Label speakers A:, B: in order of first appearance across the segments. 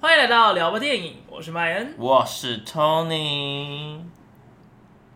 A: 欢迎来到聊吧电影，我是麦恩。
B: 我是 Tony，
A: 你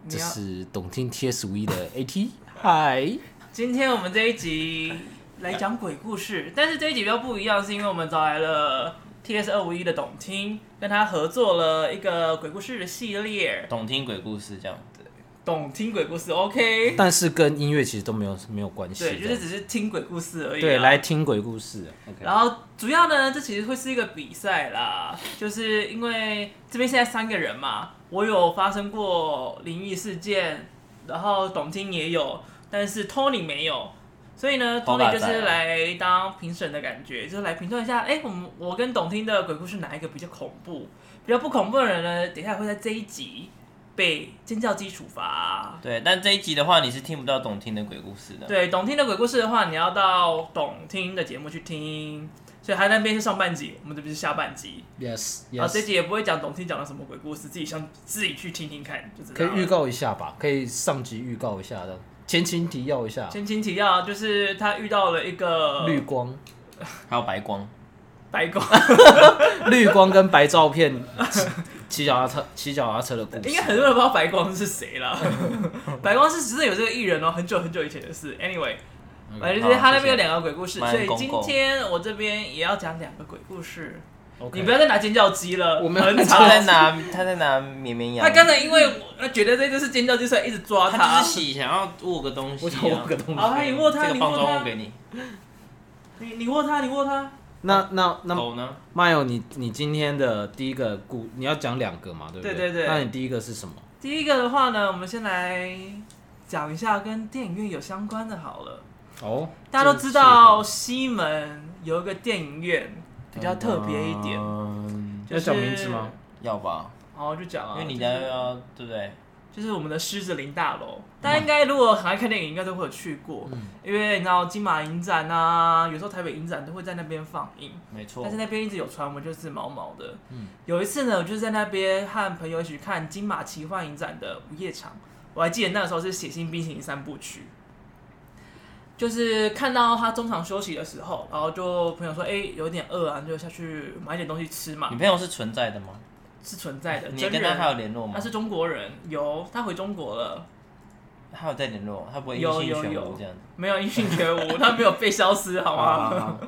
C: 这
A: 要
C: 是董听 TS 五一的 AT，嗨，
A: 今天我们这一集来讲鬼故事，但是这一集比较不一样，是因为我们找来了 TS 二五一的董听，跟他合作了一个鬼故事的系列，
B: 懂听鬼故事这样子。
A: 董听鬼故事。OK，
C: 但是跟音乐其实都没有没有关系的，
A: 对，就是只是听鬼故事而已、啊。
C: 对来听鬼故事，OK，
A: 然后主要呢，这其实会是一个比赛啦，就是因为这边现在三个人嘛，我有发生过灵异事件，然后董卿也有，但是 Tony 没有，所以呢
B: 头发
A: ，Tony 就
B: 在
A: 是
B: 啊
A: 来当评审的感觉，就是来评断一下，哎，我们我跟董卿的鬼故事哪一个比较恐怖？比较不恐怖的人呢，等一下会在这一集被尖叫鸡处罚。
B: 对，但这一集的话，你是听不到懂听的鬼故事的。
A: 对，董听的鬼故事的话，你要到董听的节目去听，所以他那边是上半集，我们这边是下半集。
C: ，Yes
A: 然后这
C: Yes，
A: 集也不会讲董卿讲了什么鬼故事，自己想自己去听听看就知
C: 可
A: 道了。
C: 以预告一下吧，
B: 呃
C: 可以上集预告一下的，前情提要一下，
A: 前情提要就是他遇到了一个
C: 绿光、
B: 还有白光，
A: 白光，
C: 绿光跟白照片， 骑骑脚踏车骑脚踏车的故
A: 应
C: 事
A: 该，很多 人不知道白光是谁啦。白光是真的有这个艺人哦，很久很久以前的事。Anyway，反
C: 嗯
A: 正就是他那边有两个鬼故事，
B: 蛮
A: 所以
B: 公
A: 今
B: 共
A: 天我这边也要讲两个鬼故事。
C: OK
A: 你不要再拿尖叫鸡了，
C: 我没有
A: 很
C: 拿
B: 他
A: 吵。
B: 在拿他在拿绵绵羊，
A: 他刚才因为我觉得这就是尖叫鸡，所以一直抓
B: 他就是喜想要握个东西、
C: 我
B: 啊，
C: 想问个东
A: 好，他你
C: 西，
A: 哎握他，
B: 这
A: 你
B: 个
A: 握
B: 棒状
A: 他
B: 物，给你。
A: 你你握他，你握他。
C: 那那那
B: 狗呢？
C: Mile，你你今天的第一个故，你要讲两个嘛，对不对？
A: 对对对
C: 那你第一个是什么？
A: 第一个的话呢，我们先来讲一下跟电影院有相关的好了。
C: 哦，
A: 大家都知道西门有一个电影院比较特别一点，
C: 嗯
A: 就是
C: 要讲名字吗？
B: 要吧，
A: 好就讲啊，
B: 因为你
A: 就
B: 家
A: 是
B: 要对不对？
A: 就是我们的狮子林大
B: 嗯
A: 楼，大家应该如果很爱看电影，应该都会有去过，因为你知道金马影展啊，有时候台北影展都会在那边放映。
B: 没错嗯
A: 但是，那边一直有传闻，就是毛毛的。有一次呢，我就是在那边和朋友一起看金马奇幻影展的午夜场，我还记得那个时候是《血腥冰淇淋》三部曲。就是看到他中场休息的时候，然后就朋友说：“哎、有点饿啊，就下去买点东西吃嘛
B: 你。朋友是存在的吗？”
A: 是存在的，
B: 你
A: 真
B: 跟他
A: 人
B: 还有联络吗
A: 他？是中国人，有他回中国了，
B: 还有在联络，他不会音
A: 有
B: 信
A: 有
B: 全
A: 有
B: 无这样子。
A: 没有音讯全无，他没有被消失，好
B: 啊
A: 吗？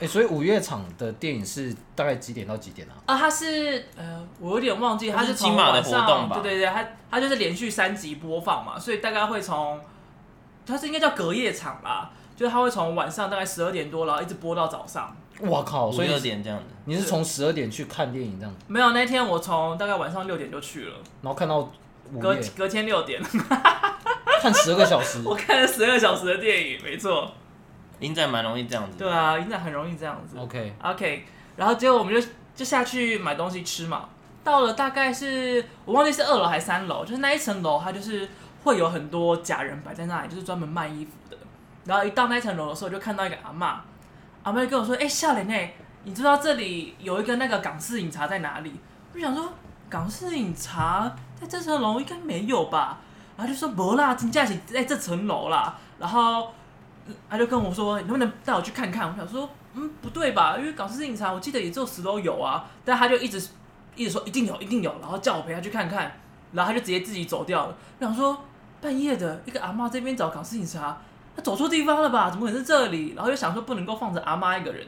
C: 哎、所以五月场的电影是大概几点到几点啊？
A: 啊，他是呃，我有点忘记，
B: 它
A: 他
B: 是
A: 从
B: 金马的
A: 晚上
B: 活动吧
A: 对对对，他他就是连续三集播放嘛，所以大概会从，他是应该叫隔夜场吧，就是他会从晚上大概十二点多，然后一直播到早上。
C: 我靠！
B: 五
C: 所以
B: 六
C: 你
B: 点这样子，
C: 你是从十二点去看电影这样，
A: 没有，那天我从大概晚上六点就去了，
C: 然后看到午
A: 隔
C: 夜，
A: 隔天六点，
C: 看十二个小时。
A: 我看了十二小时的电影，没错。
B: 影展蛮容易这样子。
A: 对啊，影展很容易这样子。
C: OK，
A: OK，然后结果我们就就下去买东西吃嘛。到了大概是我忘记是二楼还是三楼，就是那一层楼，它就是会有很多假人摆在那里，就是专门卖衣服的。然后一到那一层楼的时候，就看到一个阿嬷，阿嬷就跟我说：“哎、笑脸哎，你知道这里有一个那个港式饮茶在哪里？”我就想说，港式饮茶在这层楼应该没有吧？然后就说：“没啦，金价是在这层楼啦。”然后他就跟我说：“你能不能带我去看看？”我想说：“嗯，不对吧？因为港式饮茶我记得也只有十楼有啊。”但他就一直一直说一定有，一定有，然后叫我陪他去看看，然后他就直接自己走掉了。我想说，半夜的一个阿妈这边找港式饮茶，他走错地方了吧？怎么可能是这里？然后就想说不能够放着阿妈一个人，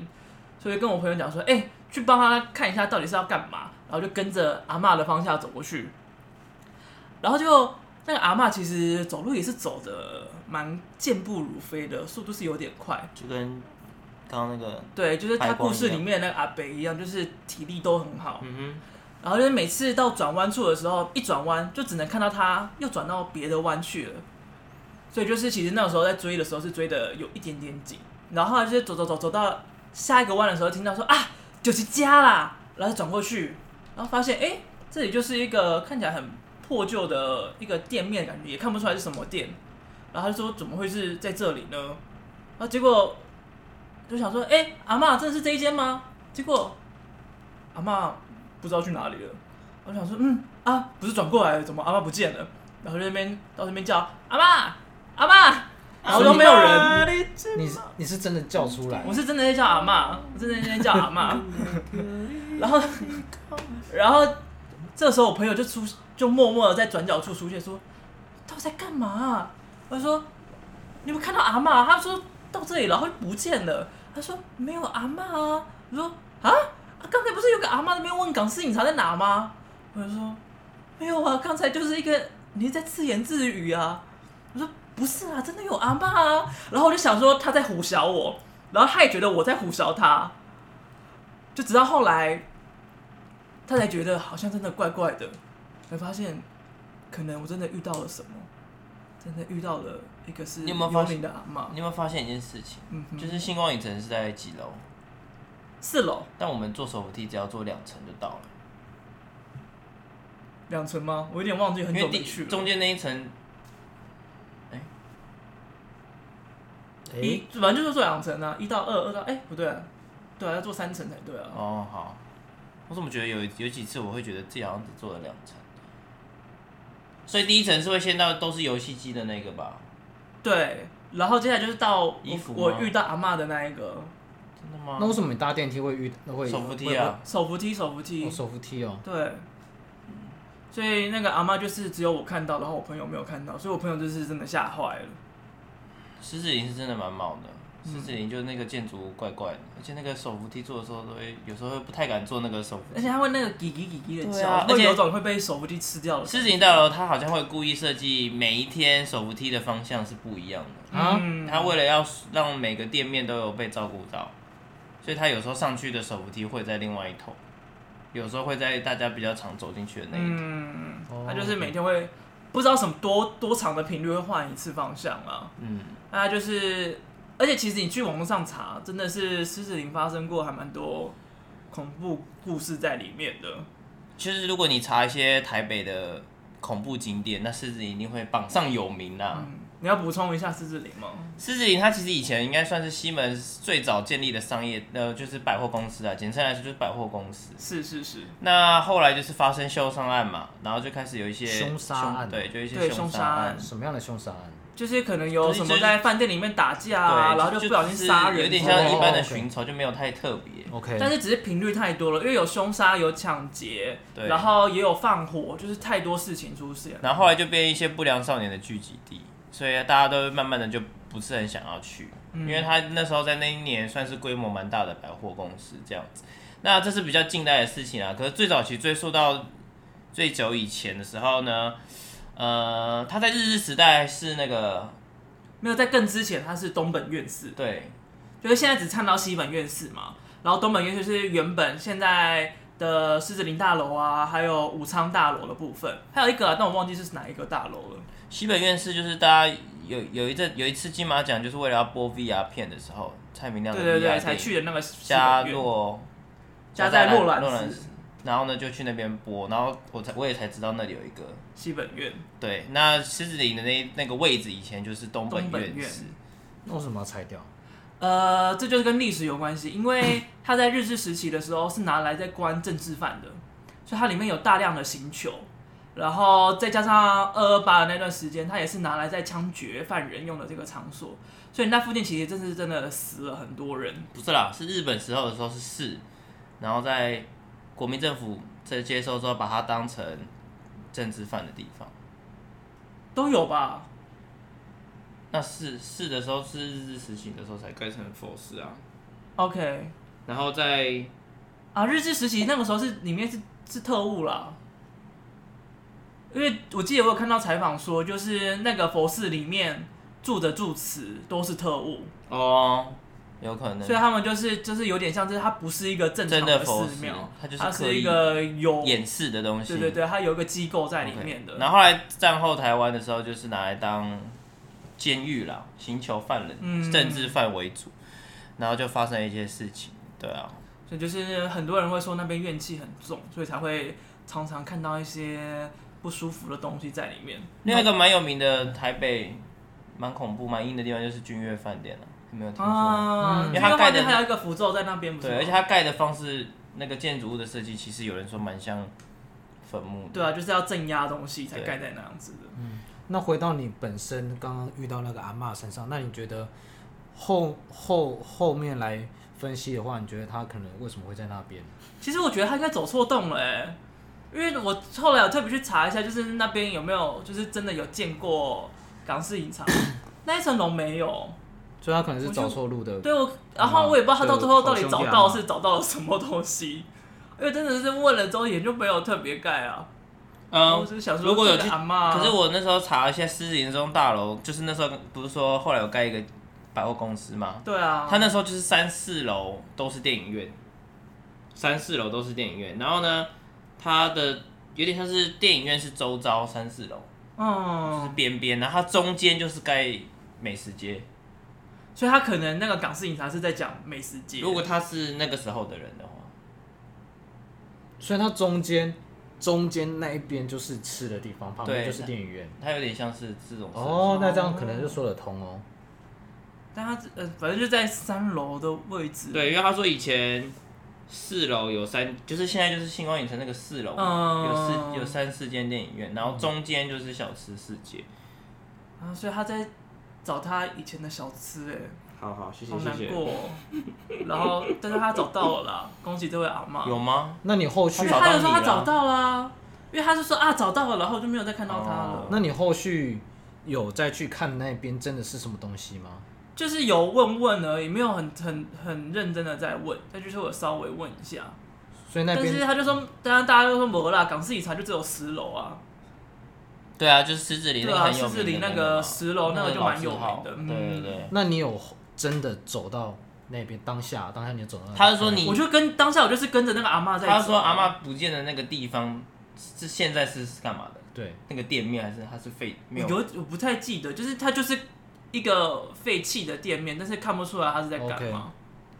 A: 所以就跟我朋友讲说：“哎、去帮他看一下到底是要干嘛。”然后就跟着阿妈的方向走过去，然后就那个阿嬷其实走路也是走的蛮健步如飞的，速度是有点快。
B: 就跟刚刚那个，
A: 对，就是他
B: 白光
A: 故事
B: 一
A: 里
B: 样
A: 面那个阿北一样，就是体力都很好。
B: 嗯
A: 然后就是每次到转弯处的时候，一转弯就只能看到他又转到别的弯去了。所以就是其实那个时候在追的时候是追的有一点点紧，然后后来就是走走走走到下一个弯的时候，听到说啊就是家啦，然后转过去，然后发现哎、诶这里就是一个看起来很破旧的一个店面，感觉也看不出来是什么店。然后他就说怎么会是在这里呢？然后结果就想说哎、诶阿妈真的是这一间吗？结果阿妈不知道去哪里了。我想说，嗯啊，不是转过来了，怎么阿妈不见了？然后就那边到那边叫阿妈阿妈，然啊后都没有人。
B: 人。
C: 你是你是真的叫出来
A: 我？是真的在叫阿妈，我真的在叫阿妈。然后，然后这时候我朋友就出就默默的在转角处出现，说：“到底在干嘛啊、我就说：“你有没有看到阿嬷？”他说：“到这里了，然后就不见了。”他说：“没有阿嬷啊。”我说：“啊，刚才不是有个阿嬷在那边问港式警察在哪吗？”我就说：“没有啊，刚才就是一个你在自言自语啊。”我说：“不是啊，真的有阿嬷啊。”然后我就想说他在唬小我，然后他也觉得我在唬小他。就直到后来，他才觉得好像真的怪怪的，才发现可能我真的遇到了什么，真的遇到了一个是
B: 你有没有发
A: 幽
B: 现
A: 灵的阿嬷，
B: 你有没有发现一件事情？
A: 嗯哼，
B: 就是星光影城是在几楼，
A: 四楼
B: 但我们坐手扶梯只要坐两层就到了，
A: 两层吗？我有点忘记，很
B: 因
A: 久
B: 为
A: 没
B: 第
A: 去了。
B: 中间那一层
A: 一
C: 哎，
A: 反正就是坐两层啊，一到二，二到哎、不对、啊，对啊，要坐三层才对啊。
B: 哦好，我怎么觉得有有几次我会觉得自己好像只坐了两层，所以第一层是会先到都是游戏机的那个吧？
A: 对，然后接下来就是到我
B: 衣服吗
A: 我遇到阿嬷的那一个
B: 真的吗
C: 那？为什么你搭电梯会遇会
B: 手扶梯啊，
A: 手扶梯，手扶梯，
C: 哦手扶梯哦？
A: 对，所以那个阿嬷就是只有我看到，然后我朋友没有看到，所以我朋友就是真的吓坏了。
B: 狮子林是真的蛮毛的。
A: 嗯
B: 狮子林就那个建筑物怪怪的，而且那个手扶梯坐的时候都会，有时候会不太敢坐那个手扶
A: 而
B: 梯
A: 且。它会那个叽叽叽叽的
B: 对
A: 叫，
B: 啊而
A: 会
B: 且
A: 有种会被手扶梯吃掉的。啊
B: 狮子林大楼它好像会故意设计每一天手扶梯的方向是不一样的，
C: 啊
A: 嗯，
B: 它为了要让每个店面都有被照顾到，所以它有时候上去的手扶梯会在另外一头，有时候会在大家比较常走进去的那一头。
A: 嗯
C: 哦，
A: 它就是每天会不知道什么多多长的频率会换一次方向啊。
B: 嗯，
A: 那它就是，而且其实你去网络上查，真的是狮子林发生过还蛮多恐怖故事在里面的。
B: 其实如果你查一些台北的恐怖景点，那狮子林一定会榜上有名啊。
A: 嗯，你要补充一下狮子林吗？
B: 狮子林它其实以前应该算是西门最早建立的商业，呃，就是百货公司啊，简称来说就是百货公司。
A: 是是是，
B: 那后来就是发生凶杀案嘛，然后就开始有一些
C: 凶杀案
B: 凶对，就一些
A: 对
B: 凶
A: 凶
B: 杀
A: 杀
B: 案
A: 案。
C: 哦什么样的凶杀案？
A: 就是可能有什
B: 就
A: 么
B: 是
A: 在饭店里面打架啊，
B: 对，
A: 然后
B: 就
A: 就不小心杀人，
B: 有点
C: 哦
B: 像一般的
C: ，OK
B: 寻仇，就没有太特别。
C: OK，
A: 但是只是频率太多了，因为有凶杀、有抢劫，
B: 对
A: 然后也有放火，就是太多事情出现。
B: 然后后来就变一些不良少年的聚集地，所以大家都慢慢的就不是很想要去，
A: 嗯
B: 因为他那时候在那一年算是规模蛮大的百货公司这样子。那这是比较近代的事情啊，可是最早期追溯到最久以前的时候呢，呃，他在日治时代是那个
A: 没有在更之前，它是东本院士，
B: 对
A: 就是现在只看到西本院士嘛。然后东本院士是原本现在的狮子林大楼啊，还有武昌大楼的部分，还有一个啊、但我忘记是哪一个大楼了。
B: 西本院士，就是大家有有一阵有一次金马奖就是为了要播 VR 片的时候，蔡明亮的
A: 对
B: VR
A: 对对，
B: 电
A: 才
B: 影
A: 去的那个西
B: 加
A: 本院
B: 洛
A: 加在洛
B: 兰
A: 兰
B: 兰
A: 斯
B: 然后呢就去那边播，然后我才我也才知道那里有一个
A: 西本院，
B: 对，那狮子林的那那个位置以前就是东本
A: 东本
B: 院
A: 院
B: 士，
C: 那为什么要拆掉？
A: 呃，这就是跟历史有关系，因为它在日治时期的时候是拿来在关政治犯的，所以它里面有大量的刑囚，然后再加上二二八的那段时间，它也是拿来在枪决犯人用的这个场所，所以那附近其实真是真的死了很多人。
B: 不是啦，是日本时候的时候是市，然后在国民政府在接收之后把它当成政治犯的地方。
A: 都有吧？
B: 那市市的时候是日治时期的时候才改成佛寺啊，
A: ？OK
B: 然后在
A: 啊，日治时期那个时候是里面是是特务啦，因为我记得我有看到采访说，就是那个佛寺里面住的住持都是特务。
B: 哦，有可能
A: 所以他们就是就是有点像，就是它不是一个正常
B: 真的佛
A: 寺
B: 寺
A: 庙，，
B: 它就是
A: 它
B: 刻
A: 是
B: 意
A: 一个有
B: 掩饰的东西，
A: 对对对，它有一个机构在里面的。嗯
B: OK，然后后来战后台湾的时候，就是拿来当监狱啦，刑求犯人、
A: 嗯
B: 政治犯为主，然后就发生一些事情。对啊，
A: 所以就是很多人会说那边怨气很重，所以才会常常看到一些不舒服的东西在里面。
B: 另外一个蛮有名的台北蛮恐怖蛮硬的地方就是君悦饭店了、啊，有没有听说？
A: 啊，
C: 嗯
A: 因为
B: 它
A: 它盖
B: 盖的
A: 面还有一个符咒在那边，不是
B: 对，
A: 吗？
B: 而且它盖的方式，那个建筑物的设计，其实有人说蛮像坟墓的。
A: 对啊，就是要镇压东西才
B: 对
A: 盖在
B: 嗯
A: 那样子的。
C: 那回到你本身刚刚遇到那个阿嬷身上，那你觉得后后后面来分析的话，你觉得他可能为什么会在那边？
A: 其实我觉得他应该走错洞了、欸，因为我后来有特别去查一下，就是那边有没有就是真的有见过港式饮茶，那一层楼没有。
C: 所以他可能是走错路的。
A: 对我，然后我也不知道他到最后到底
C: 就好
A: 找
C: 兄弟啊
A: 到是找到了什么东西，因为真的是问了之后也就没有特别盖啊。
B: 嗯
A: 我，只是想说，
B: 如果有去
A: 阿妈，
B: 可是我那时候查一下狮子林中大楼，就是那时候不是说后来有盖一个百货公司吗？
A: 对啊，
B: 他那时候就是三四楼都是电影院，三四楼都是电影院。然后呢，它的有点像是电影院是周遭三四楼
A: 嗯，
B: 边边，然后它中间就是盖美食街。
A: 所以他可能那个港式饮茶是在讲美食街。
B: 如果他是那个时候的人的话，
C: 所以他中间中间那一边就是吃的地方，旁边
B: 对
C: 就是电影院。
B: 他有点像是这种设计
C: 哦，那这样可能就说得通哦。
A: 但他呃，反正就在三楼的位置。，
B: 对，因为他说以前四楼有三，就是现在就是星光影城那个四楼嘛，
A: 嗯
B: 有四有三四间电影院，然后中间就是小吃世界。
A: 啊，所以他在找他以前的小吃、哎，
B: 好好，谢
A: 好难过哦、然后，但是他找到了啦，恭喜这位阿妈。
B: 有吗？
C: 那你后续
A: 因为
B: 找
A: 他
B: 到
A: 就
B: 你
A: 说他
B: 了
A: 找到啦，因为他就说啊找到了，然后我就没有再看到他了。
C: 那你后续有再去看那边真的是什么东西吗？
A: 就是有问问而已，没有很很很认真的在问，但就是我稍微问一下，
C: 所以那
A: 但是
C: 边
A: 他就说，当然大家都说没啦，港式饮茶就只有十楼啊，
B: 对啊，就是狮子林
A: 对
B: 那个
A: 啊，
B: 很
A: 狮
B: 有名的
A: 子林那
B: 个
A: 个十楼那个就蛮有名的，
B: 对对
A: 嗯，
B: 对。
C: 那你有真的走到那边当下，当下你走到那边
B: 他是说你
A: 我就跟当下我就是跟着那个嗯阿妈在走，
B: 他说阿嬷不见的那个地方是现在是是干嘛的？
C: 对，
B: 那个店面还是它是废没
A: 有
B: 有？
A: 我不太记得，就是他就是一个废弃的店面，但是看不出来他是在干嘛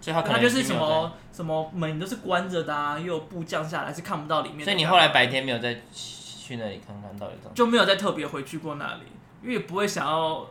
B: 所以他可能
A: 他就是
B: 已经
A: 什
B: 没有
A: 么什么门都是关着的啊，又有布降下来是看不到里面的，
B: 在，所以你后来白天没有再去那里看看到底怎么？
A: 就没有再特别回去过那里，因为也不会想要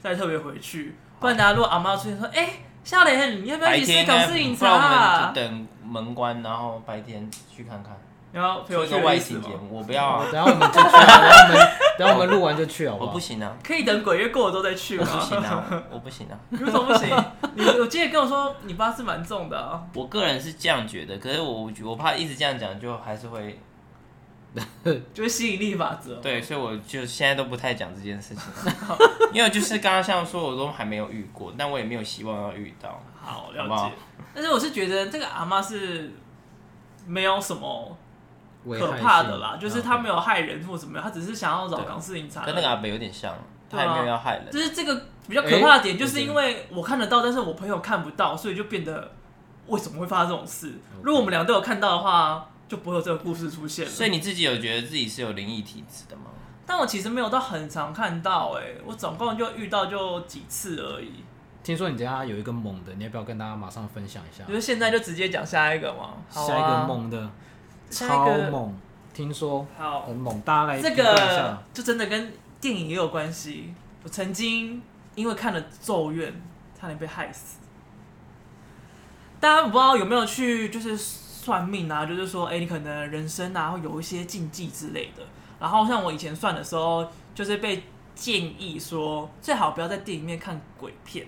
A: 再特别回去。不然大家如果阿妈出现说，哎、夏磊，你要不要
B: 白
A: 一起
B: 天
A: 吃港式饮
B: 不
A: 茶、
B: 然我
A: 啊
B: 们就？等门关，然后白天去看看。
A: 你要陪我
B: 做一
A: 去
B: 个外
A: 一次
B: 景节
A: 吗？
B: 目，我不要啊
C: 等，一下我们就去，等一下我们等一下我们录完就去好
B: 我
C: 好
B: 不？行 啊，
A: 可以等鬼月过了之后再去
B: 我
A: 吗？
B: 不行 啊，我不行啊。
A: 你为什么不行？你我记得跟我说你八字蛮重的啊。
B: 我个人是这样觉得，可是我我我怕一直这样讲，就还是会
A: 就是吸引力法则，
B: 对，所以我就现在都不太讲这件事情， 因为就是刚刚像说，我都还没有遇过，但我也没有希望要遇到。
A: 好
B: 好
A: 了
B: 不好
A: 解。但是我是觉得这个阿妈是没有什么
C: 危
A: 可
C: 害
A: 怕
C: 性
A: 的啦，
C: 嗯
A: 就是她没有害人或怎么样，她只是想要找港式饮茶而已。
B: 跟那个阿北有点像，他
A: 对啊
B: 也没有要害人。
A: 就是这个比
C: 哎
A: 较可怕的点，就是因为我看得到，但是我朋友看不到，所以就变得为什么会发生这种事？如果我们俩都有看到的话，就不会有这个故事出现了。
B: 所以你自己有觉得自己是有灵异体质的吗？
A: 但我其实没有到很常看到、哎，我总共就遇到就几次而已。
C: 听说你家有一个猛的，你要不要跟大家马上分享一下
A: 就？是现在就直接讲下一个嘛，好啊
C: 下一个，猛的，
A: 下
C: 超
A: 一个
C: 猛，听说
A: 好
C: 很，猛，大家来
A: 这
C: 评论一
A: 个
C: 下
A: 就真的跟电影也有关系。我曾经因为看了《咒怨》，差点被害死。大家不知道有没有去就是算命啊，就是说，哎、你可能人生啊会有一些禁忌之类的。然后像我以前算的时候，就是被建议说，最好不要在电影院看鬼片，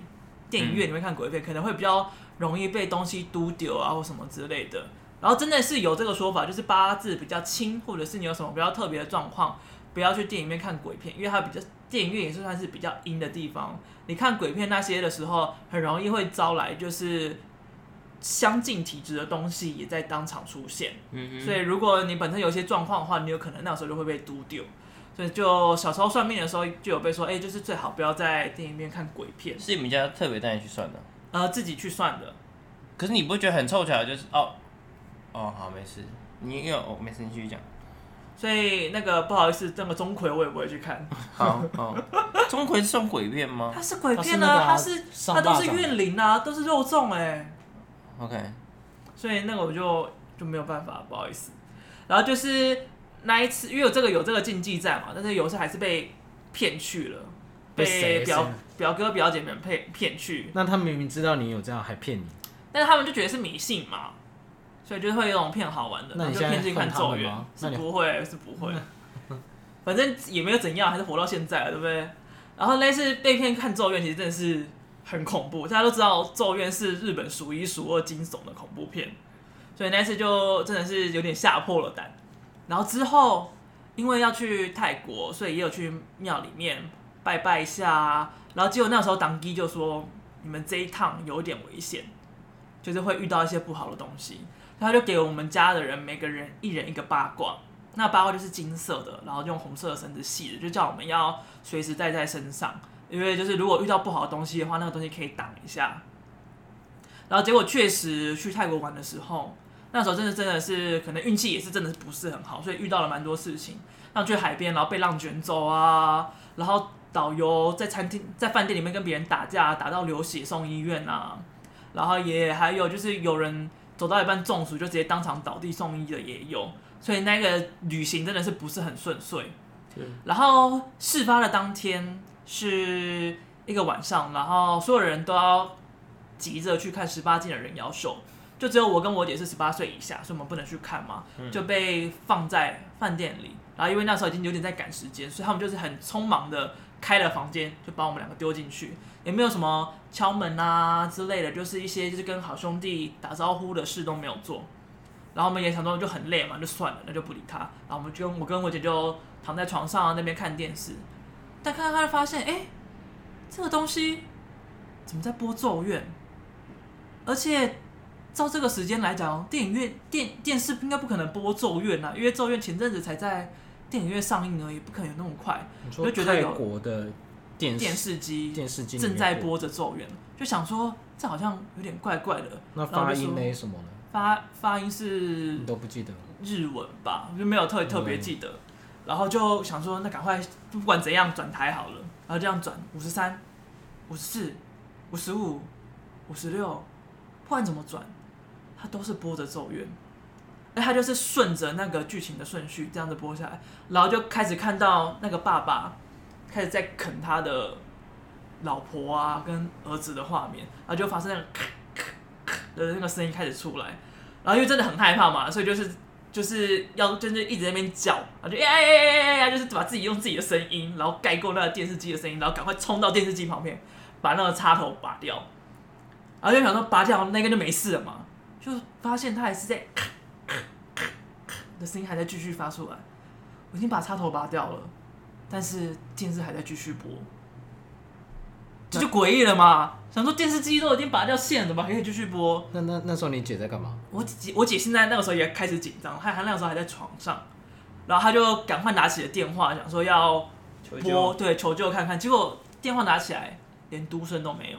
A: 电影院里面看鬼片、可能会比较容易被东西丢丢啊或什么之类的。然后真的是有这个说法，就是八字比较轻，或者是你有什么比较特别的状况，不要去电影院看鬼片，因为它比较电影院也是算是比较阴的地方。你看鬼片那些的时候，很容易会招来就是相近体质的东西也在当场出现。
B: 嗯
A: 所以如果你本身有一些状况的话，你有可能那时候就会被丢丢。所以就小时候算命的时候就有被说，哎、就是最好不要在电影院看鬼
C: 哦
A: 片，
B: 是你们家特别带你去算的，
A: 呃，自己去算的。
B: 可是你不觉得很凑巧？就是哦，哦，好，没事，你有、哦、没事，你继续讲。
A: 所以那个不好意思，那个钟馗我也不会去看，
B: 好，哦， 钟馗算鬼片吗
A: 它是鬼片
C: 它
A: 啊，它
C: 是那个啊
A: 是
C: 上
A: 它都
C: 巴
A: 是
C: 掌
A: 怨灵啊，都是肉粽哎、
B: ？OK，
A: 所以那个我就就没有办法，不好意思。然后就是那一次，因为有这个有这个禁忌在嘛，但是有一次还是被骗去了，
C: 被谁
A: 表
C: 谁
A: 表哥表姐们骗骗去，
C: 那他明明知道你有这样，还骗你，
A: 但是他们就觉得是迷信嘛，所以就会有种骗好玩的，
C: 那你
A: 就
C: 现在
A: 骗自己看
C: 恨他们
A: 咒怨
C: 吗，
A: 是
C: 那你
A: 不会是不会， 反正也没有怎样，还是活到现在了，对不对？然后那次被骗看咒怨，其实真的是很恐怖。大家都知道《咒怨》是日本数一数二惊悚的恐怖片，所以那次就真的是有点吓破了胆。然后之后因为要去泰国，所以也有去庙里面拜拜一下啊。然后结果那时候党基就说：“你们这一趟有点危险，就是会遇到一些不好的东西。”他就给我们家的人每个人一人一个八卦，那八卦就是金色的，然后用红色的绳子系的，就叫我们要随时带在身上，因为就是如果遇到不好的东西的话，那个东西可以挡一下。然后结果确实去泰国玩的时候，那时候真的真的是可能运气也是真的是不是很好，所以遇到了蛮多事情，像去海边然后被浪卷走啊，然后导游在餐厅在饭店里面跟别人打架，啊打到流血送医院啊，然后也还有就是有人。走到一半中暑就直接当场倒地送医的也有，所以那个旅行真的是不是很顺遂。然后事发的当天是一个晚上，然后所有人都要急着去看十八禁的人妖秀，就只有我跟我姐是十八岁以下，所以我们不能去看嘛，就被放在饭店里。然后因为那时候已经有点在赶时间，所以他们就是很匆忙的开了房间，就把我们两个丢进去，也没有什么敲门啊之类的，就是一些就是跟好兄弟打招呼的事都没有做。然后我们也想说就很累嘛，就算了，那就不理他。然后我们就我跟我姐就躺在床上那边看电视，但看到他就发现，哎，这个东西怎么在播《咒怨》？而且照这个时间来讲，电影院电电视应该不可能播《咒怨》啊，因为《咒怨》前阵子才在电影院上映而已，不可能有那么快。
C: 你
A: 我
C: 说
A: 就觉得
C: 泰
A: 有
C: 国的电
A: 电
C: 视
A: 视 机
C: 电视机里
A: 正
C: 面
A: 在
C: 播，
A: 播着《咒怨》，就想说这好像有点怪怪的。
C: 那
A: 然后
C: 发
A: 我就
C: 音
A: 说嗯
C: 呢什么呢？
A: 发发音是
C: 你都不记得了？
A: 日文吧，就没有特特别记得。然后就想说，那赶快不管怎样转台好了，然后这样转五十三、五十四、五十五、五十六，不管怎么转，它都是播着咒怨。哎，它就是顺着那个剧情的顺序这样子播下来，然后就开始看到那个爸爸开始在啃他的老婆啊跟儿子的画面，然后就发生那个咔咔咔的那个声音开始出来，然后因为真的很害怕嘛，所以就是就是要就是一直在那边叫，然后就哎哎哎哎哎哎，就是把自己用自己的声音，然后盖过那个电视机的声音，然后赶快冲到电视机旁边，把那个插头拔掉，然后就想说拔掉那个就没事了嘛，就发现它还是在咔咔咔咔的声音还在继续发出来，我已经把插头拔掉了，但是电视还在继续播。这就诡异了嘛！想说电视机都已经拔掉线了，怎么还可以继续播？
C: 那那那时候你姐在干嘛？
A: 我姐我姐现在那个时候也开始紧张，她她那个时候还在床上，然后她就赶快拿起了电话，想说要
B: 求
A: 拨
B: 救，
A: 对求救看看，结果电话拿起来连嘟声都没有，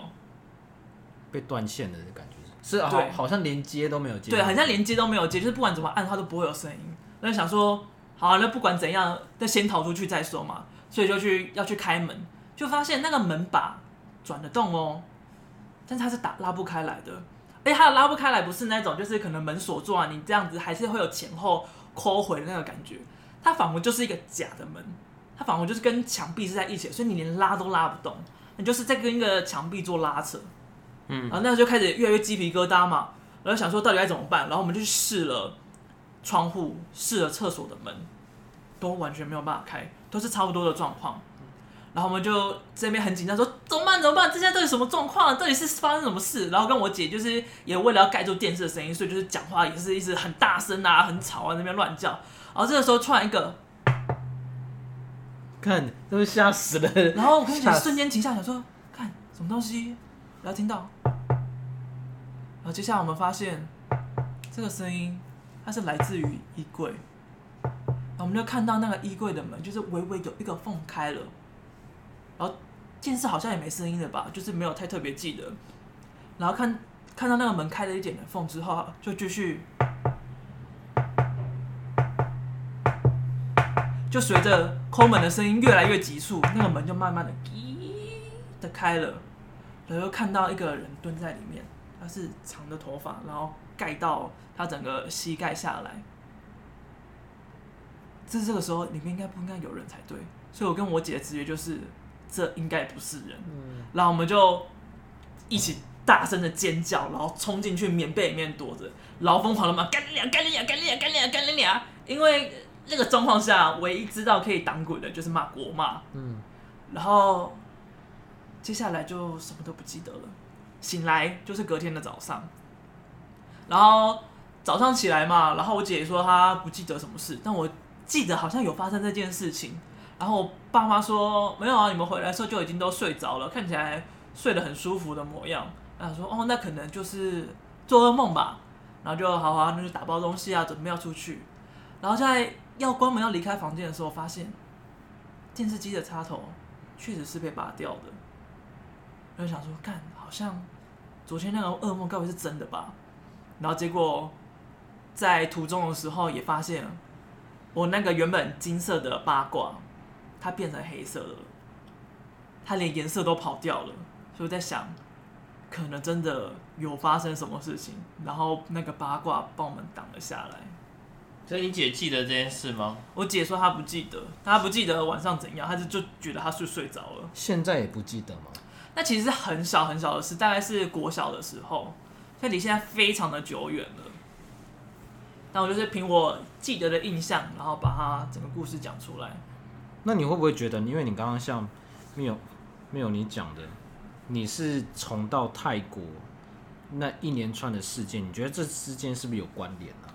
C: 被断线的感觉是，是
A: 对
C: 好好像连接都没有接，
A: 对，好像连接都没有接，就是不管怎么按它都不会有声音。那就想说，好、啊那不管怎样，那先逃出去再说嘛，所以就去要去开门，就发现那个门把转得动哦，但是它是打拉不开来的。哎，它的拉不开来不是那种，就是可能门锁住啊，你这样子还是会有前后抠回的那个感觉。它仿佛就是一个假的门，它仿佛就是跟墙壁是在一起的，所以你连拉都拉不动，你就是在跟一个墙壁做拉扯。嗯，然后那就开始越来越鸡皮疙瘩嘛，然后想说到底该怎么办，然后我们就去试了窗户，试了厕所的门，都完全没有办法开，都是差不多的状况。然后我们就这边很紧张，说怎么办？怎么办？这现在到底什么状况？啊到底是发生什么事？然后跟我姐就是也为了要盖住电视的声音，所以就是讲话也是一直很大声啊，很吵啊，那边乱叫。然后这个时候突然一个，
C: 看都吓死了。
A: 然后我跟我姐
C: 吓死
A: 瞬间停下，想说看什么东西，然后听到，然后接下来我们发现这个声音它是来自于衣柜，然后我们就看到那个衣柜的门就是微微有一个缝开了，然后电视好像也没声音了吧，就是没有太特别记得，然后看看到那个门开了一点的缝之后，就继续。就随着抠门的声音越来越急促，那个门就慢慢的滴的开了，然后又看到一个人蹲在里面，他是长的头发，然后盖到他整个膝盖下来。这这个时候里面应该不应该有人才对，所以我跟我姐的直觉就是这应该不是人，然后我们就一起大声的尖叫，然后冲进去棉被里面躲着，然后疯狂的骂干你俩，干你俩，干你俩，干你俩，干你俩，因为那个状况下，唯一知道可以挡鬼的就是骂国骂，
C: 嗯，
A: 然后接下来就什么都不记得了。醒来就是隔天的早上，然后早上起来嘛，然后我姐说她不记得什么事，但我记得好像有发生这件事情。然后我爸妈说没有啊，你们回来的时候就已经都睡着了，看起来睡得很舒服的模样。然后说哦，那可能就是做噩梦吧。然后就好好、那就打包东西啊，准备要出去。然后在要关门要离开房间的时候，发现电视机的插头确实是被拔掉的。然后想说，干，好像昨天那个噩梦该不会是真的吧？然后结果在途中的时候也发现，我那个原本金色的八卦，它变成黑色的了，它连颜色都跑掉了。所以我在想，可能真的有发生什么事情，然后那个八卦帮我们挡了下来。
B: 所以你姐记得这件事吗？
A: 我姐说她不记得，她不记得晚上怎样，她就就觉得她睡睡着了。
C: 现在也不记得吗？
A: 那其实是很小很小的事，大概是国小的时候，所以离现在非常的久远了。但我就是凭我记得的印象，然后把它整个故事讲出来。
C: 那你会不会觉得，因为你刚刚像没有没有你讲的，你是从到泰国那一连串的事件，你觉得这之间是不是有关联啊？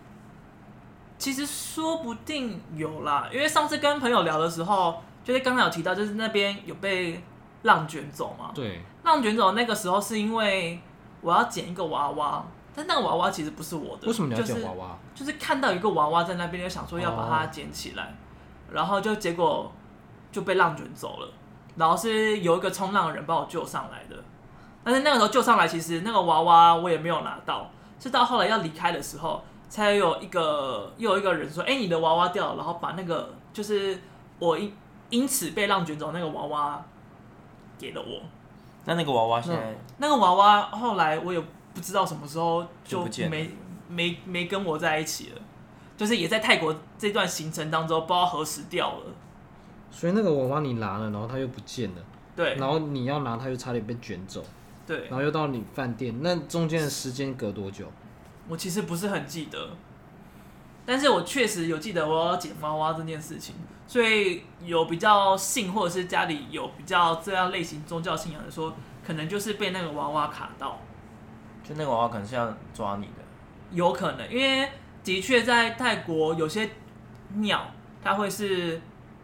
A: 其实说不定有啦，因为上次跟朋友聊的时候，就是刚才有提到，就是那边有被浪卷走嘛。
C: 对，
A: 浪卷走那个时候是因为我要捡一个娃娃，但那个娃娃其实不是我的。
C: 为什么你要
A: 就是
C: 讲娃娃？
A: 就是看到一个娃娃在那边，就想说要把它捡起来，然后就结果就被浪卷走了，然后是有一个冲浪的人把我救上来的，但是那个时候救上来，其实那个娃娃我也没有拿到，是到后来要离开的时候，才有一个又有一个人说，哎、你的娃娃掉了，然后把那个就是我因因此被浪卷走那个娃娃给了我，
B: 那那个娃娃现在
A: 那个娃娃后来我也不知道什么时候
B: 就
A: 就
B: 不见了
A: 没没没跟我在一起了，就是也在泰国这段行程当中，不知道何时掉了。
C: 所以那个娃娃你拿了，然后它又不见了，
A: 对
C: 然后你要拿它又差点被卷走，
A: 对
C: 然，后又到你饭店，那中间的时间隔多久？
A: 我其实不是很记得，但是我确实有记得我要捡娃娃这件事情，所以有比较信或者是家里有比较这样类型宗教信仰的说，可能就是被那个娃娃卡到。
B: 就那个娃娃可能是要抓你的，
A: 有可能，因为的确在泰国有些庙，它会是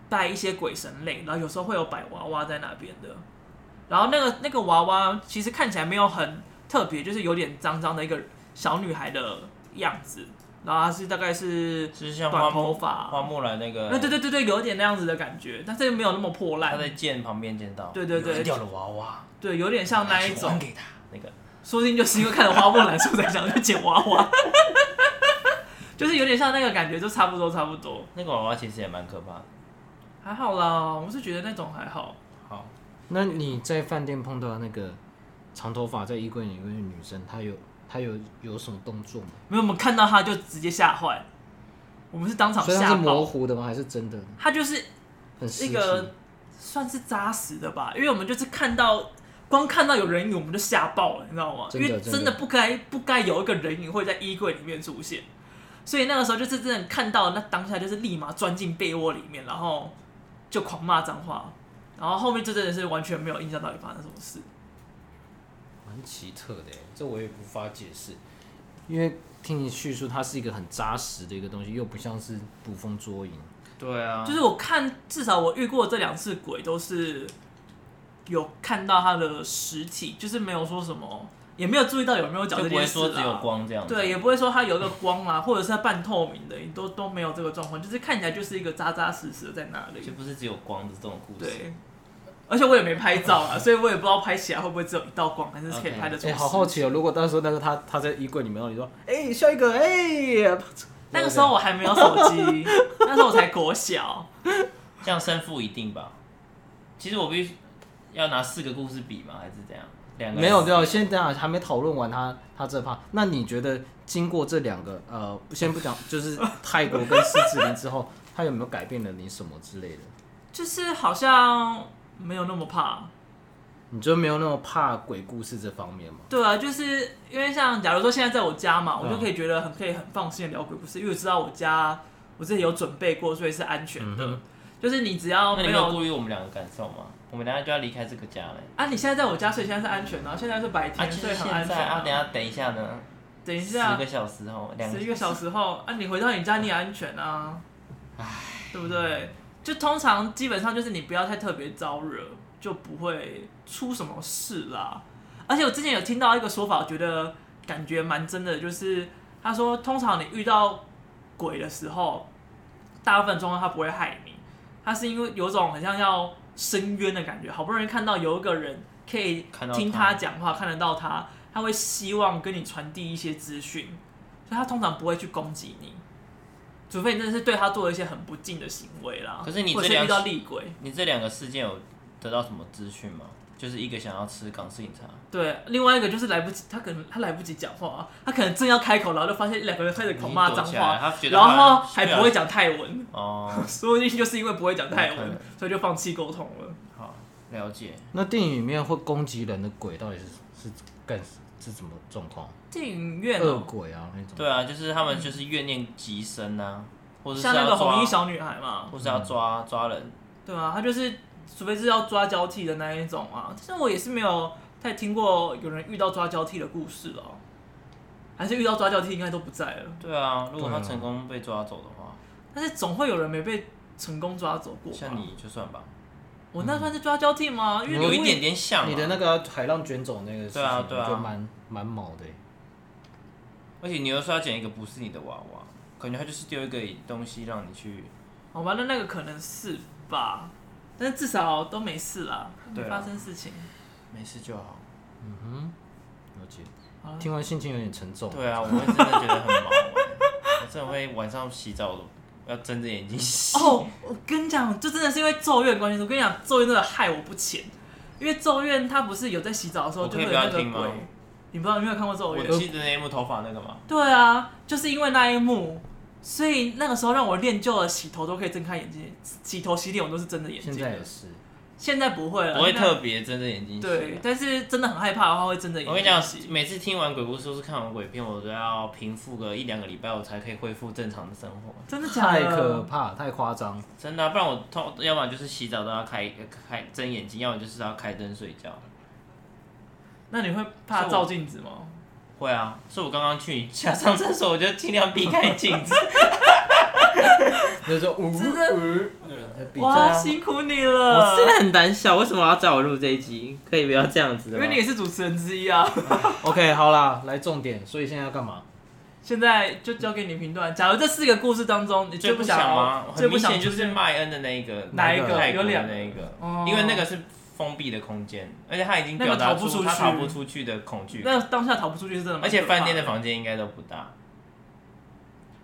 A: 拜一些鬼神类，然后有时候会有摆娃娃在那边的。然后那个那个娃娃其实看起来没有很特别，就是有点脏脏的一个小女孩的样子，然后她是大概是
B: 就是像花
A: 短头
B: 木花
A: 发，
B: 木兰那个，
A: 那啊对对对对，有点那样子的感觉，但是没有那么破
B: 他
A: 烂，
B: 在剑旁边见到，
A: 对对对
B: 有人掉了娃娃，
A: 对，有点像那一种
B: 还。给他那个，
A: 说不定就是因为看了花木兰，所以才想去捡娃娃， 就是有点像那个感觉，就差不多差不多。
B: 那个娃娃其实也蛮可怕的。
A: 还好啦，我是觉得那种还好。
B: 好，
C: 那你在饭店碰到那个长头发在衣柜里面的女生，她有她有有什么动作吗？
A: 没有，我们看到他就直接吓坏，我们是当场
C: 所以她是
A: 吓
C: 模
A: 爆。
C: 糊的吗？还是真的？
A: 他就是
C: 很实
A: 一
C: 体
A: 个算是扎实的吧，因为我们就是看到光看到有人影，我们就吓爆了，你知道吗？因
C: 真的
A: 为真的不该不该有一个人影会在衣柜里面出现，所以那个时候就是真的看到，那当下就是立马钻进被窝里面，然后就狂骂脏话，然后后面就真的是完全没有印象到底发生什么事。
C: 蛮奇特的耶，这我也无法解释，因为听你叙述，它是一个很扎实的一个东西，又不像是捕风捉影。
B: 对啊，
A: 就是我看，至少我遇过这两次鬼都是有看到他的实体，就是没有说什么，也没有注意到有没有讲
B: 就
A: 这
B: 不会
A: 件事啊
B: 说只有
A: 啦。
B: 光这样子，啊
A: 对，也不会说它有一个光啦，或者是它半透明的，都都没有这个状况，就是看起来就是一个扎扎实实的在那
B: 就
A: 里。
B: 不是只有光的这种故事。
A: 对，而且我也没拍照啊，所以我也不知道拍起来会不会只有一道光，还是可以
B: OK
A: 拍得出
C: 哎、
A: 来。
C: 好好奇哦，如果到时候那个他他在衣柜里面，然后你说，哎、下一个，哎、
A: 那个时候我还没有手机，那时候我才国小。
B: 这样胜负一定吧？其实我必须要拿四个故事比吗？还是怎样？两个
C: 没有没
A: 啊
C: 有，先等下还没讨论完他他这趴。那你觉得经过这两个呃，先不讲，就是泰国跟狮子林之后， 他有没有改变了你什么之类的？
A: 就是好像没有那么怕，
C: 你就没有那么怕鬼故事这方面吗？
A: 对啊，就是因为像假如说现在在我家嘛，我就
C: 嗯
A: 可以觉得很可以很放心的聊鬼故事，因为我知道我家我自己有准备过，所以是安全的。
C: 嗯哼
A: 就是你只要
B: 那你
A: 没
B: 没有
A: 有
B: 顾虑我们两个感受吗？我们等一下就要离开这个家了。
A: 啊，你现在在我家，所以现在是安全的、啊，现在是白
B: 啊，
A: 天，
B: 就
A: 所
B: 是
A: 以很
B: 现
A: 安全
B: 在啊，等一下等一下呢，
A: 等一
B: 十
A: 下
B: 个，小时后，两
A: 十一个小时后啊，你回到你家你也安全啊，对不对？就通常基本上就是你不要太特别招惹，就不会出什么事啦。而且我之前有听到一个说法，我觉得感觉蛮真的，就是他说通常你遇到鬼的时候，大部分状况他不会害你，他是因为有种很像要伸冤的感觉，好不容易看到有一个人可以
B: 看到
A: 听
B: 他
A: 他讲话，看得到他，他会希望跟你传递一些资讯，所以他通常不会去攻击你，除非你真的是对他做了一些很不敬的行为啦。
B: 可是你
A: 或者是
B: 这两
A: 遇到厉鬼，
B: 你这两个事件有得到什么资讯吗？就是一个想要吃港式饮茶，
A: 对，另外一个就是来不及，他可能他来不及讲话，他可能正要开口，然后就发现两个人开始狂骂脏
B: 你躲起来
A: 话，
B: 他觉得
A: 然后
B: 他
A: 还不会讲泰文，
B: 哦。
A: 说不定就是因为不会讲泰
B: 有可
A: 文
B: 能，
A: 所以就放弃沟通了。
B: 好，了解。
A: 嗯
C: 那电影里面会攻击人的鬼到底是是干是怎么状况？
A: 电影院
C: 恶
A: 哦、
C: 鬼啊那种。
B: 对啊，就是他们就是怨念极深啊，或者是
A: 像那个
B: 要抓
A: 红衣小女孩嘛，
B: 或是要抓抓人，
A: 对啊，她就是除非是要抓交替的那一种啊，但是我也是没有太听过有人遇到抓交替的故事哦、还是遇到抓交替应该都不在了，
B: 对啊，如果他
C: 对啊
B: 成功被抓走的话，
A: 但是总会有人没被成功抓走过吧。
B: 像你就算吧，
A: 我那算是抓交替吗？因为
B: 有一
A: 因为
B: 点点像啊
C: 你的那个海浪卷走那个事情，
B: 对啊对啊
C: 我觉得蛮蛮毛的欸。
B: 而且你又说要捡一个不是你的娃娃，感觉他就是丢一个东西让你去，
A: 好吧，那那个可能是吧，但是至少都没事啦，没
B: 对啊
A: 发生事情。
B: 没事就好。
C: 了解
A: 好了。
C: 听完心情有点沉重。
B: 对啊，我会真的觉得很忙，我真的会晚上洗澡都要睁着眼睛洗。
A: 哦，我跟你讲，这真的是因为咒怨的关系。我跟你讲，咒怨真的害我不浅，因为咒怨它不是有在洗澡的时候
B: 我
A: 就
B: 可
A: 会
B: 以
A: 有
B: 不要
A: 那个
B: 听吗
A: 鬼，你不知道你没有看过咒
B: 我
A: 怨？
B: 记得那一幕头发那个嘛，
A: 对啊，就是因为那一幕，所以那个时候让我练就了洗头都可以睁开眼睛，洗头洗脸我都是睁着眼睛
C: 现
A: 的。
C: 在也是，
A: 现在不会了，
B: 不会
A: 现在
B: 特别睁着眼睛洗。
A: 对，但是真的很害怕的话会睁着眼睛。
B: 我跟你讲，每次听完鬼故事或是看完鬼片，我都要平复个一两个礼拜，我才可以恢复正常的生活。
A: 真的假的？
C: 太可怕，太夸张。
B: 真的啊、不然我通，要么就是洗澡都要开开睁眼睛，要么就是要开灯睡觉。
A: 那你会怕
B: 是我
A: 照镜子吗？
B: 会啊，所以我刚刚去 你家上厕所，我就尽量避开镜子。
C: 那就呜
A: 真的
C: 呜，
A: 哇，
B: 啊
A: 辛苦你
B: 我真的
A: 了，
B: 很胆小，为什么要找我录这一集？可以不要这样子
A: 因
B: 吗
A: 为你也是主持人之一啊。
C: OK，好啦，来重点。所以现在要干嘛？
A: 现在就交给你评断。假如这四个故事当中，你
B: 最
A: 不
B: 不
A: 想
B: 想吗？
A: 要最
B: 很
A: 不
B: 明
A: 想
B: 显就是麦恩的那一个，
A: 哪一
C: 个
B: 泰国
A: 有
B: 的
A: 两个
B: 那一个
A: 哦，
B: 因为那个是封闭的空间，而且他已经表
A: 那个
B: 达
A: 逃不
B: 出
A: 出去
B: 他逃不出去的恐惧感，
A: 那当下逃不出去是真的蛮可怕的，
B: 而且饭店的房间应该都不大。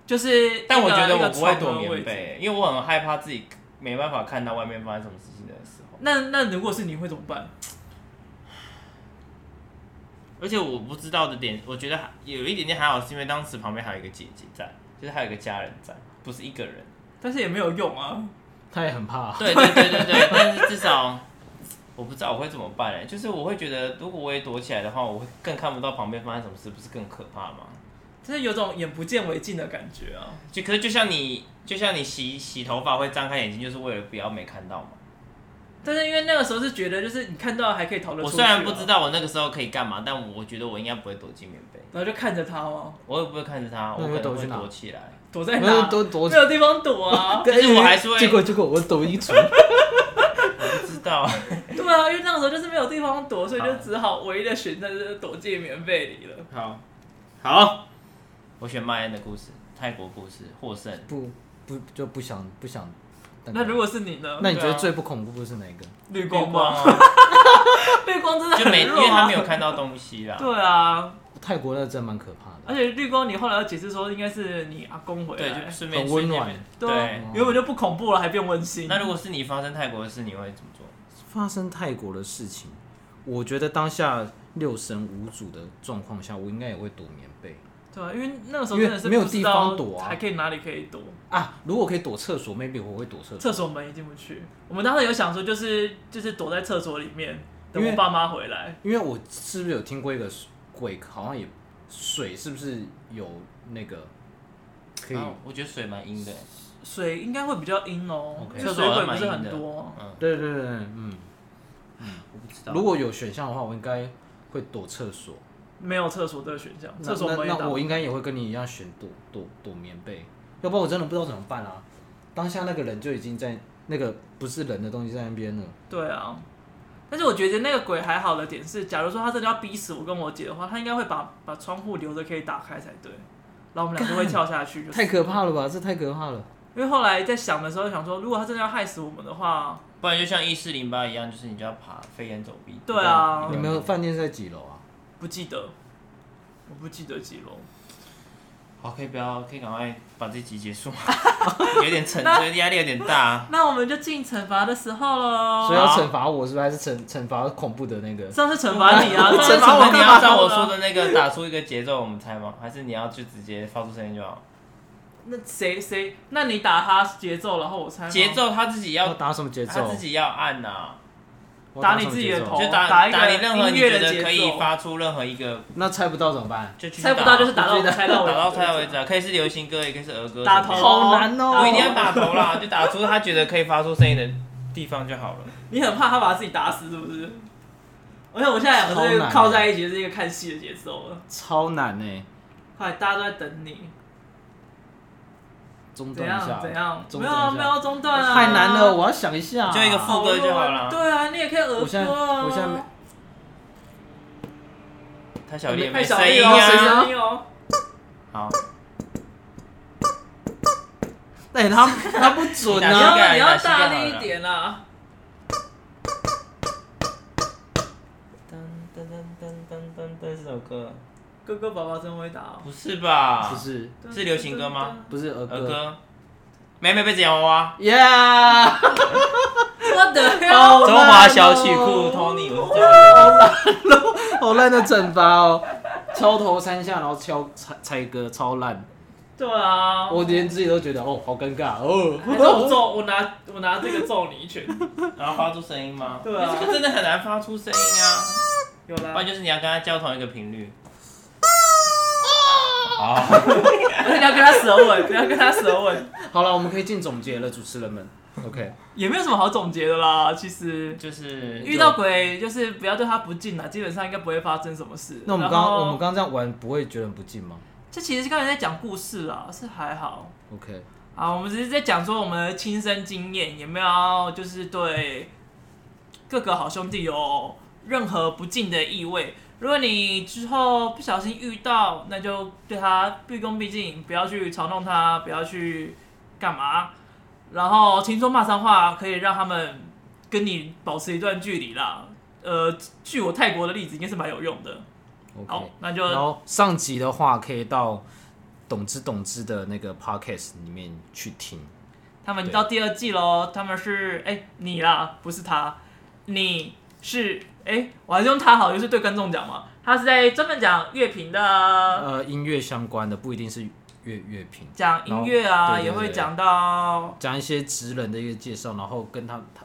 A: 就是一个，
B: 但我觉得
A: 一个
B: 我不会
A: 床
B: 躲
A: 的位
B: 棉
A: 置。
B: 被，因为我很害怕自己没办法看到外面发生什么事情的时候。
A: 那那如果是你会怎么办？
B: 而且我不知道的点，我觉得还有一点点还好，是因为当时旁边还有一个姐姐在，就是还有一个家人在，不是一个人。
A: 但是也没有用啊。
C: 他也很 怕。
B: 对对对对对，但是至少我不知道我会怎么办哎、就是我会觉得如果我也躲起来的话，我会更看不到旁边发生什么事，不是更可怕吗？
A: 就是有种眼不见为净的感觉啊！
B: 就可是就像你就像你洗洗头发会张开眼睛，就是为了不要没看到嘛。
A: 但是因为那个时候是觉得，就是你看到还可以逃得出
B: 我
A: 去、啊
B: 虽然不知，道我那个时候可以干嘛，但我觉得我应该不会躲进棉被，
A: 然后就看着他哦，
B: 我也不会看着他，
C: 那
B: 我
C: 你
B: 可能
C: 会躲去
B: 会
C: 哪
B: 躲起来。
A: 躲在
C: 没
A: 哪
B: 啊
C: 有都躲。
A: 没有地方躲啊
B: 但是我还是会
C: 结果结果我抖音出，
B: 不知道，
A: 对啊，因为那个时候就是没有地方躲，所以就只好唯一的选择就是躲进棉被里了。
B: 好，好，我选麦恩的故事，泰国故事获胜。
C: 不不就不想不想。
A: 那如果是你呢？
C: 那你觉
B: 对
C: 得
B: 啊
C: 最不恐怖的是哪一个？
A: 绿
B: 绿
A: 光
B: 光
A: 吗？
B: 啊，
A: 绿 光真的
B: 就没，
A: 很
B: 因
A: 弱、啊，
B: 为他没有看到东西 啦。
A: 对啊，
C: 泰国那真蛮可怕的，啊
A: 而且绿光你后来要解释说应该是你阿公回
B: 对，
A: 来
B: 就，顺便
C: 很温
B: 顺便
C: 暖。
A: 对
B: 对
A: 啊，原本就不恐怖了，还变温馨。
B: 那如果是你发生泰国的事，你会怎么做？
C: 发生泰国的事情，我觉得当下六神无主的状况下，我应该也会躲棉被
A: 对啊，因为那个时候真的是
C: 因为没有
A: 不知
C: 地
A: 道
C: 方躲啊
A: 还可以哪里可以躲？
C: 啊。如果可以躲厕所，maybe 我会躲厕所。
A: 厕所门也进不去。我们当时有想说，就是就是躲在厕所里面，等
C: 因
A: 我
C: 为
A: 爸妈回来。
C: 因为我是不是有听过一个鬼，好像也水是不是有那个可以
B: 啊我觉得水蛮阴的，
A: 水应该会比较阴哦，
C: OK
A: 因为水鬼不是很多。
B: 嗯，
C: 对对对，对嗯，
B: 我不知道。
C: 如果有选项的话，我应该会躲厕所。
A: 没有厕所这个选项，
C: 那
A: 厕所
C: 那
A: 没
C: 那
A: 有
C: 我。应该也会跟你一样选躲躲躲棉被，要不然我真的不知道怎么办啊！当下那个人就已经在那个不是人的东西在那边了，
A: 对啊，但是我觉得那个鬼还好的点是，假如说他真的要逼死我跟我姐的话，他应该会把把窗户留着可以打开才对，然后我们俩就会跳下去。就是
C: 太可怕了吧！这太可怕了。
A: 因为后来在想的时候想说，如果他真的要害死我们的话，
B: 不然就像一四零八一样，就是你就要爬飞檐走壁。
A: 对啊
C: 你们饭店是在几楼啊？
A: 不记得，我不记得几楼。
B: 好，可以不要，可以赶快把这集结束吗？ 有点沉，这压力有点大。啊
A: 那我们就进惩罚的时候喽。
C: 所以要惩罚我是不是？还是惩惩罚恐怖的那个？
A: 上次惩罚你啊，
B: 我
A: 上
B: 惩
A: 次
B: 罚
A: 罚
B: 我，你要照
A: 照
B: 我说。的那个打出一个节奏，我们猜吗？还是你要就直接发出声音就好？
A: 那谁谁？那你打他节奏，然后我猜吗
B: 节。奏他自己
C: 要
B: 要，
C: 打什么节
B: 他
C: 奏
B: 自？己要按呐，
C: 我
A: 打
C: 什
A: 你
C: 么
A: 自己
C: 节
A: 的
C: 奏
A: 头
B: 就
A: 哦打
B: 打
A: 一个
B: 打你任何
A: 音
B: 你
A: 乐
B: 觉
A: 的节
B: 得可以
A: 奏
B: 发出任何一个，
C: 那猜不到怎么办？
B: 就去
A: 猜不到就是打到
C: 我
A: 我
C: 觉得
A: 猜到
B: 打
A: 我
B: 到猜为止啊，可以是流行歌，也可以是儿歌，
A: 打头
C: 好难哦
B: 不
A: 打
B: 一定
A: 头
B: 要打头啦， 就打出他觉得可以发出声音的地方就好了。
A: 你很怕他把自己打死是不是？而且我现在两个
C: 超
A: 是
C: 难
A: 靠在一起，是一个看戏的节奏了。
C: 超难欸呢、
A: 快，大家都在等你，
C: 中
A: 怎
C: 断一
A: 样
C: 下，
A: 怎样？
C: 中
A: 没
C: 断
A: 有
C: 一下
A: 啊没有要中断啊！
C: 太难了，我要想一下、
B: 就一个副歌就好了
A: 对啊，你也可以儿
C: 我现在
A: 歌啊。
C: 我现在没
B: 他小弟也
A: 太
B: 没
A: 小
B: 声
A: 力
B: 音
A: 哦，谁
B: 啊，
A: 声音哦？
B: 好，
C: 哎、他他不准
A: 你
B: 打膝
C: 啊！
A: 要
B: 盖
A: 你要
B: 打膝盖
A: 大
B: 好
A: 力一
B: 了
A: 点啊啦！
B: 噔噔噔噔噔噔噔，是首歌？
A: 哥哥宝宝真会打哦。
B: 不是吧？
C: 不是
B: 是流行歌吗？
C: 不是儿
B: 儿
C: 歌
B: 歌，妹妹被剪娃娃，
C: ，Yeah，
A: 我的 天！
C: 好
B: 中华小曲库 Tony，我是中华小曲库
C: 好烂的惩罚哦，敲头三下，然后敲猜猜歌，超烂，
A: 对啊，
C: 我连自己都觉得哦，好尴尬
A: 还是哎我
C: 哦。
A: 揍我拿我拿这个揍你一拳。
B: 然后发出声音吗？
A: 对啊
B: 这个真的很难发出声音啊，
A: 有
B: 不
A: 啦
B: 然，就是你要跟他交同一个频率。好，
A: 啊而且你要跟他舌吻， 你要跟他舌吻，
C: 好了，我们可以进总结了，主持人们，OK，
A: 也没有什么好总结的啦。其实
B: 就是
A: 遇到鬼就是不要对他不敬啦，基本上应该不会发生什么事。
C: 那我们
A: 然
C: 刚
A: 后
C: 我们刚刚这样玩，不会觉得很不敬吗
A: 这其实是刚才在讲故事啦，是还好
C: ？OK，
A: 啊。我们只是在讲说我们的亲身经验，也没有要就是对各个好兄弟有任何不敬的意味。如果你之后不小心遇到，那就对他毕恭毕敬，不要去嘲弄他，不要去干嘛。然后听说骂脏话可以让他们跟你保持一段距离啦。呃，据我泰国的例子，应该是蛮有用的。
C: OK
A: 好，那就
C: 然后上集的话，可以到懂之懂之的那个 podcast 里面去听。
A: 他们到第二季喽，他们是哎、你啦，不是他，你是哎、我还是用他好，就是对观众讲嘛，他是在专门讲乐评的，
C: 呃，音乐相关的不一定是乐乐评，
A: 讲音乐啊，
C: 然后哦对对
A: 也会
C: 对
A: 讲到
C: 讲一些职人的一个介绍，然后跟他他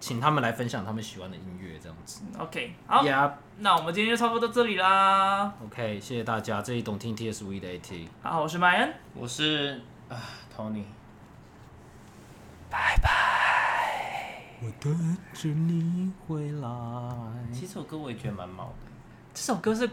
C: 请他们来分享他们喜欢的音乐这样子。
A: OK，好
C: Yeah，OK，、
A: 那我们今天就差不多到这里啦。
C: OK，谢谢大家。这里懂听 TSV 的 AT，
A: 好，我是麦恩，
B: 我是啊 Tony。
C: 我等着你回来。
B: 其实这首歌我也觉得蛮毛的，
A: 这首歌是